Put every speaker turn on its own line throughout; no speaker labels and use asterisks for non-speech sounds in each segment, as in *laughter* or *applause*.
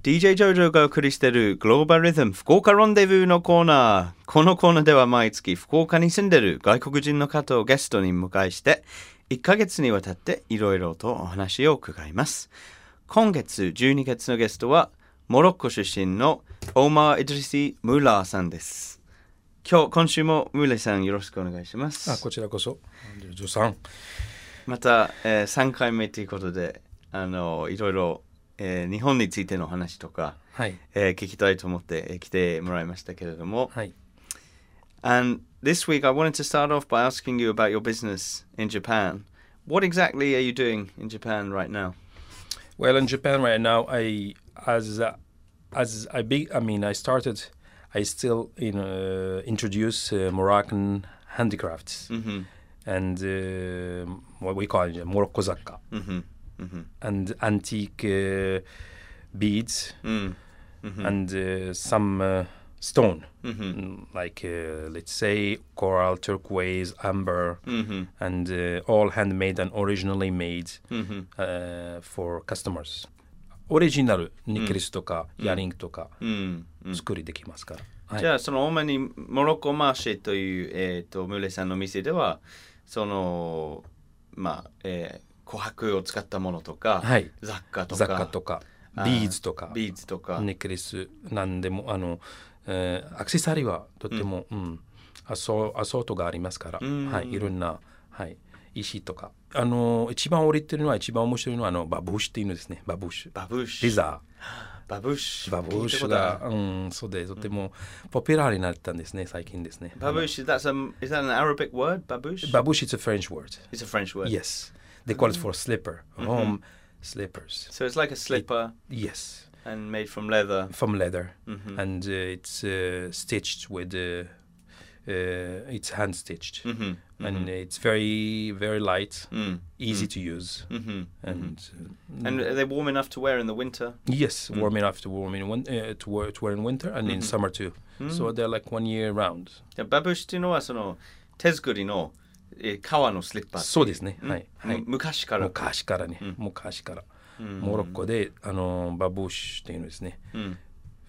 DJ ジョジョがお送りしているグローバルリズム福岡ロンデブーのコーナー。このコーナーでは毎月福岡に住んでる外国人の方をゲストに迎えして、1ヶ月にわたっていろいろとお話を伺います。今月12月のゲストは、モロッコ出身のオーマー・イドリシ・ムーラーさんです。今日、今週もムーラーさんよろしくお願いします。
あこちらこそジョさん
また、えー3回目ということであのいろいろ、えー日本についての話とか、
はい
えー聞きたいと思ってえー来てもらいましたけれども、
はい
And this week I wanted to start off by asking you about your business in Japan. What exactly are you doing in Japan right now?
Well, in Japan right now, I as uh, as I be I mean I started, I still in, uh, introduce uh, Moroccan handicrafts
Mm-hmm.
and uh, what we call it, Morocco zakka
Mm-hmm. Mm-hmm.
and antique uh, beads
Mm.
and uh, some uh, stone
Mm-hmm.
mm, like uh, let's say coral, turquoise, amber,
Mm-hmm.
and uh, all handmade and originally made.
Mm-hmm.
uh, for customers オリジナルネックレスとかヤリングとか
Mm.
作りできますから、はい
じゃあその主にモロッコマーシェという、えー、とムーレさんの店ではそのまあ、えー、琥珀を使ったものとか、
はい
雑貨とか
雑貨とか
あー
ビーズとか
ビーズとか、
ネックレスなんでもあの、えーアクセサリーはとても、うんアソアソートがありますから、
ん
はい、いろんな、はい、石とかあの一番降りてるのは一番面白いのはあのバブーシュっていうのですねバブーシュ
バブッシ
レ
ュ
ザ
バブッシ
ー
ュ
バブーシュが、うん、そうでとてもポピュラーになったんですね最近ですね
バブッシュ that's a, is that an Arabic word バブッシュ
バブーシュ is a French word
It's a French word
Yes. They call it for slipper. Home slippers.
so it's like a slipper
Yes.
and made from leather
From leather. And uh, it's uh, stitched with. Uh, uh, it's hand stitched.
Mhm,
And it's very, very light,
mm.
easy to use.
Mhm.
And uh,
and are they warm enough to wear in the winter
yes, warm enough to warm in win- uh, to, wear, to wear in winter and in summer too. So they're like one year round.
でバブッシュっていうのはその手作りの、えー、革のスリッパ
そうですね。はい。はい
む昔から
昔からね、昔から、
Mm,
モロッコであのバブーシュっていうのですね、
ん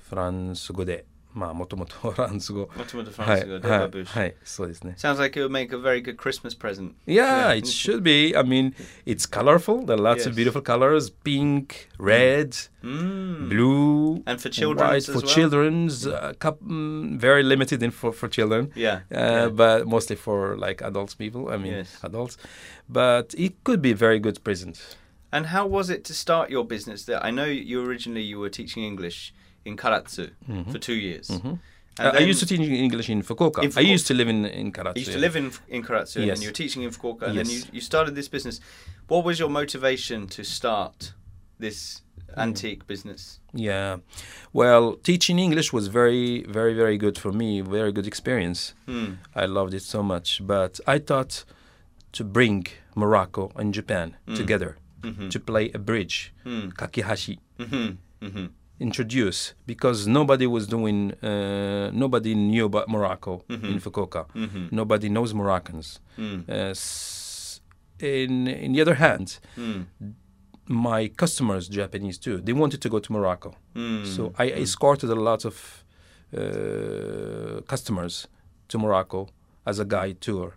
フランス語でまあもとも *laughs* とフランス語
ともとフランス語で
はい
バブーシュ
はいはい、そうですね
Sounds like it would make a very good Christmas present.
Yeah, it should be. I mean, it's colorful. There are lots of
Yes.
beautiful colors: pink, red,
Mm.
blue,
And for children's
white.
as
For
well?
children's, uh, cup, mm, very limited in for for children.
Yeah.
uh, but mostly for like adults people. I mean,
Yes.
adults. But it could be very good present.
And how was it to start your business there? I know you originally you were teaching English in Karatsu for two years. And
Uh, I- Mm-hmm. I
then
used to teach English in Fukuoka.
In
I used
Fukuoka.
to live in in Karate.
you used to live in, in Karatsu and then
Yes.
you were teaching in Fukuoka and then you,
Yes.
you started this business. What was your motivation to start this
Mm-hmm.
antique business?
Yeah. Well, teaching English was very, very, very good for me. Very good experience.
Hmm,
I loved it so much. But I thought to bring Morocco and Japan together
Mm.
to play a bridge, kakihashi.
Hmm, Mm-hmm. Mm-hmm.
Introduce because nobody was doing, uh, nobody knew about Morocco in Fukuoka.
Mm. Mm-hmm.
Nobody knows Moroccans. Uh, s- in, in the other hand, my customers, Japanese too, they wanted to go to Morocco.
Mm-hmm.
So I escorted a lot of uh, customers to Morocco as a guide tour.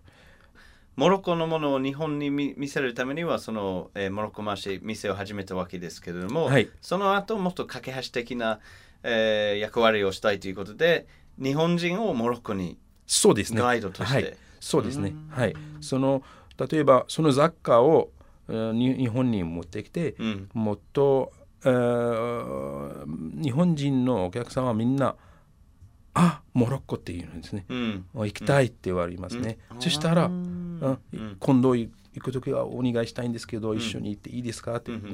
モロッコのものを日本に見見せるためにはその、えーモロッコマーシェ店を始めたわけですけれども、
はい
その後もっと架け橋的な、えー役割をしたいということで日本人をモロッコに
そうですね。
ガイドとして
はい、そうですね。はい。その例えばその雑貨をうんに日本に持ってきて、
ん
もっとあー日本人のお客さんはみんなあモロッコっていうんですね。
うん
行きたいって言われますね。そしたら、うん今度行く時はお願いしたいんですけど、一緒に行っていいですかって言う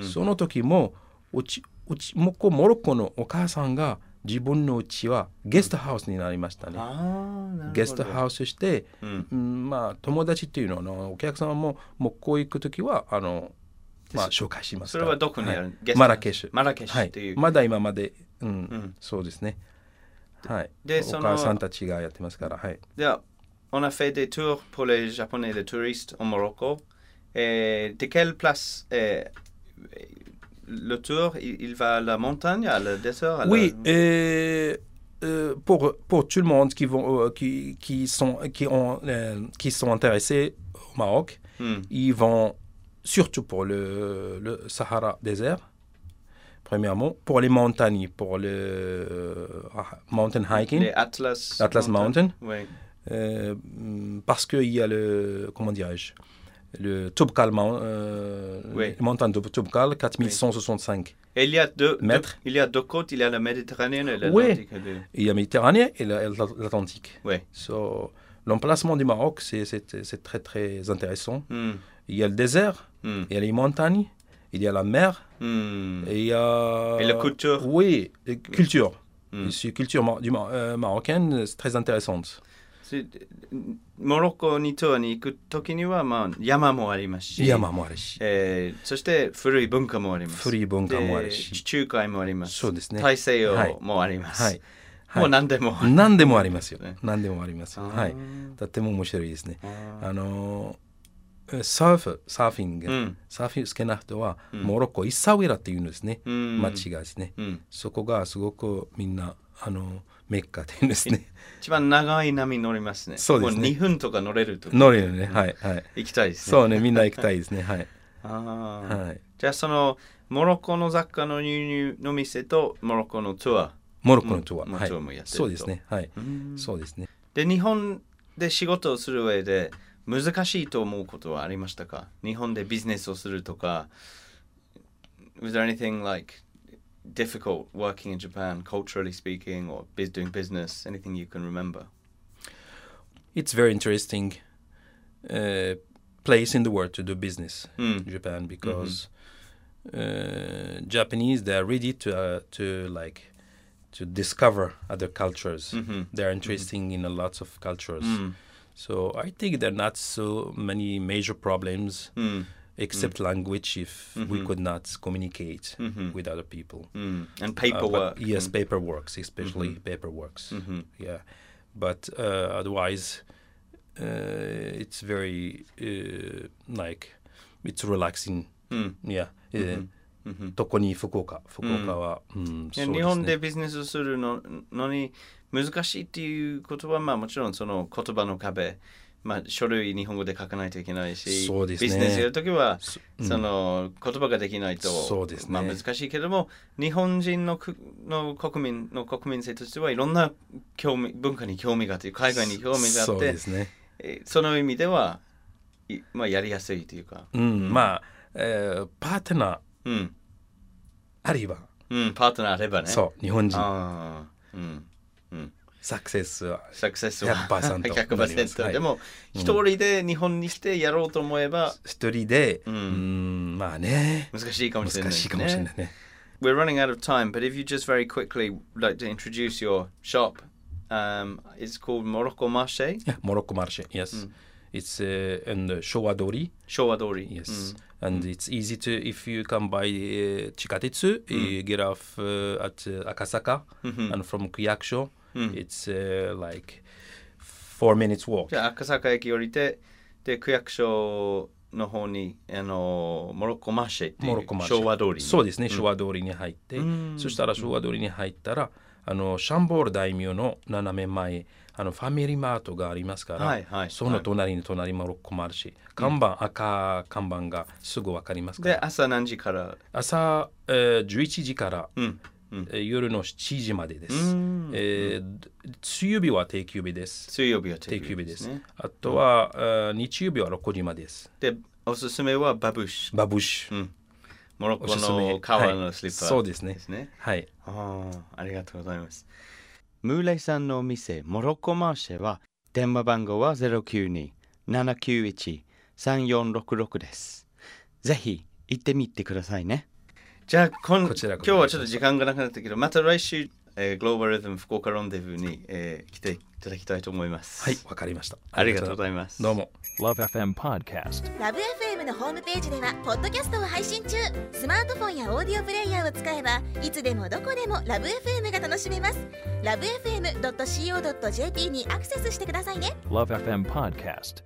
ね、その時もうちうちもこモロッコのお母さんが自分のうちはゲストハウスになりましたね。
あーなるほど
ゲストハウスして、うんまあ友達っていうのはあのお客様ももうこう行く時はあのまあ紹介しま
そ
すか
れ
ら。
はどこにある、
はい
ゲスト
マラケシュ。
マラケシュっていう、
はまだ今まで、うん、
ん
そうですね。はい。
で
お
その
母さんたちがやってますから、はい。
では on a fait des tours pour les japonais les touristes en Morocco et de quelle place euh, le tour, il, il va à la montagne, à la dessert à la-
Oui, et, euh, pour, pour tout le monde qui, vont, euh, qui, qui, sont, qui, ont, euh, qui sont intéressés au Maroc,
Hmm.
ils vont surtout pour le, le Sahara désert, premièrement, pour les montagnes, pour le euh, mountain hiking,
Les Atlas.
Atlas Mountain,
Oui.
euh, parce qu'il y a le, comment dirais-je, le Toubkal, Mount- euh,
Oui.
la montagne de Toubkal, 4165.
Et il y a deux, deux-
Maître.
il y a deux côtes, il y a la Méditerranée et la
Oui.
de-
Il y a Méditerranée et la- et l'Atlantique.
Ouais.
So, L'emplacement du Maroc, c'est- c'est c'est très très intéressant.
Hmm,
Il y a le désert,
hmm,
il y a les montagnes, il y a la mer,
hmm.
et il y a...
Et la culture.
Oui, et culture.
Mm.
La culture mar- du mar- euh, marocaine, c'est très intéressante.
しモロッコに島に行く時には、まあ、山もありますし、
山もあるし、
えーそして古い文化もあります。
古い文化もあ
で
るし、
地中海もあります。
そうですね。
大西
はい
洋もあります。
はい。
もう
はい、
何でも。
何でもありますよ
ね。
何でもあります。
Ah.
はい。とっても面白いですね。
あー
あのー、サーフ、サーフィング、
うん
サーフィン好きな人は、
うん
モロッコ、イサウィラっていうんですね。
うん
町がですね。
うん
そこがすごくみんな、あの、メッカっていうんですね。
一番長い波乗りますね。
そうですね
もう2分とか乗れると
*laughs* 乗るよね。はい。はい。
行きたいですね。
そうね、みんな行きたいです
*laughs*
ね。はい。
あー
はい。
じゃあそのモロッコの雑貨の輸入の店とモロッコのツア
モロッコの人は、
うん
はい
もちろんもやってると
そうですね。はい。
ー。うん
そうですね。
で日本で仕事をする上で難しいと思うことはありましたか日本でビジネスをするとか Was there anything like difficult working in Japan culturally speaking or biz doing business anything you can remember
It's very interesting uh, place in the world to do business
う
in
ん
Japan because uh, Japanese they are ready to uh, to like to discover other cultures.
うん
They are interesting in a lot of cultures.
うん
So I think there are not so many major problems
うん
except language if we
Mhm.
could not communicate
うん
with other people.
うん and
Uh, but
Hmm. paperwork Hmm. Mm-hmm.
yes, paperworks, especially paperworks.
うん
yeah but uh, otherwise uh, it's very uh, like it's relaxing
うん
yeah
うんう
uh,
んうん
特に福岡福岡は、うん
いや
そう
日
す
本で
ね
ビジネスをするののに難しいっていうことは、まあ、もちろんその言葉の壁、まあ、書類日本語で書かないといけないし、
そうですね
ビジネスやるときは
そ
その言葉ができないと、
そうですね
まあ、難しいけども日本人のくの国民の国民性としてはいろんな興味文化に興味があって海外に興味があ
そ
っ
う
て
ですね、
えその意味ではいまあ、やりやすいというか、
うんまあ、えーパートナー
うん
あれば、
うん、パートナーあればね
そう日本人
あーうんうん
サクセスは
サクセスは *laughs*
100%
100%
はい
でも、一人で日本に来てやろうと思えば
一人で、
うん
うんまあね
難しいかも
難
しれないで
しい
す
かもしれな
ね
い。ね
We're running out of time, but if you just very quickly like to introduce your shop, um, it's called Morocco Marché,
Yeah, Morocco marché yes it's uh, in the Showa Dori
Showa Dori.
Yes, and it's easy to if you come by uh, Chikatetsu, you get off uh, at uh, Akasaka, and from Kyakusho, it's uh, like four minutes walk.
じゃあ赤坂駅降りて、で区役所の方にあのモロッコマーシェってい
モロ
う
ッコ町
昭和通りに。
そうですね、昭和通りに入って、そしたら昭和通りに入ったら、あのシャンボール大名の斜め前、あのファミリーマートがありますから、
はいはい
その隣に隣モロッコもあるし、看板、赤看板がすぐわかりますか
で
ら、
朝何時から。
朝、えー、11時から
うんうん。
えー夜の7時までです。
うん
えー水曜日は定休日です。
水曜日は定
定
休
休
日で
日ですす。
ね。
あとは、えー日曜日は6時までです。
で、おすすめはバブッシュ。
バブシュ。
モロッ
お
コ
すすめ
の。革のスリッパ、
はいそうですね
で。すね。
はい。
ああ、ありがとうございます。ムーレイさんのお店、モロッコマーシェは、電話番号は092-791-3466です。ぜひ、行ってみてくださいね。じゃあ、今
こちら
今
こ
日
そ
はちょっと時間がなくなったけど、また来週、えーグローバルリズム福岡ロンデブーに、えー来ていただきたいと思います。
はい、わかりました。
ありがとうございます。
どうも。
Love FM Podcast.
ラブ f m のホームページではポッドキャストを配信中スマートフォンやオーディオプレイヤーを使えばいつでもどこでもラブ f m が楽しめますラブ FM.co.jp にアクセスしてくださいね
Love FM Podcast.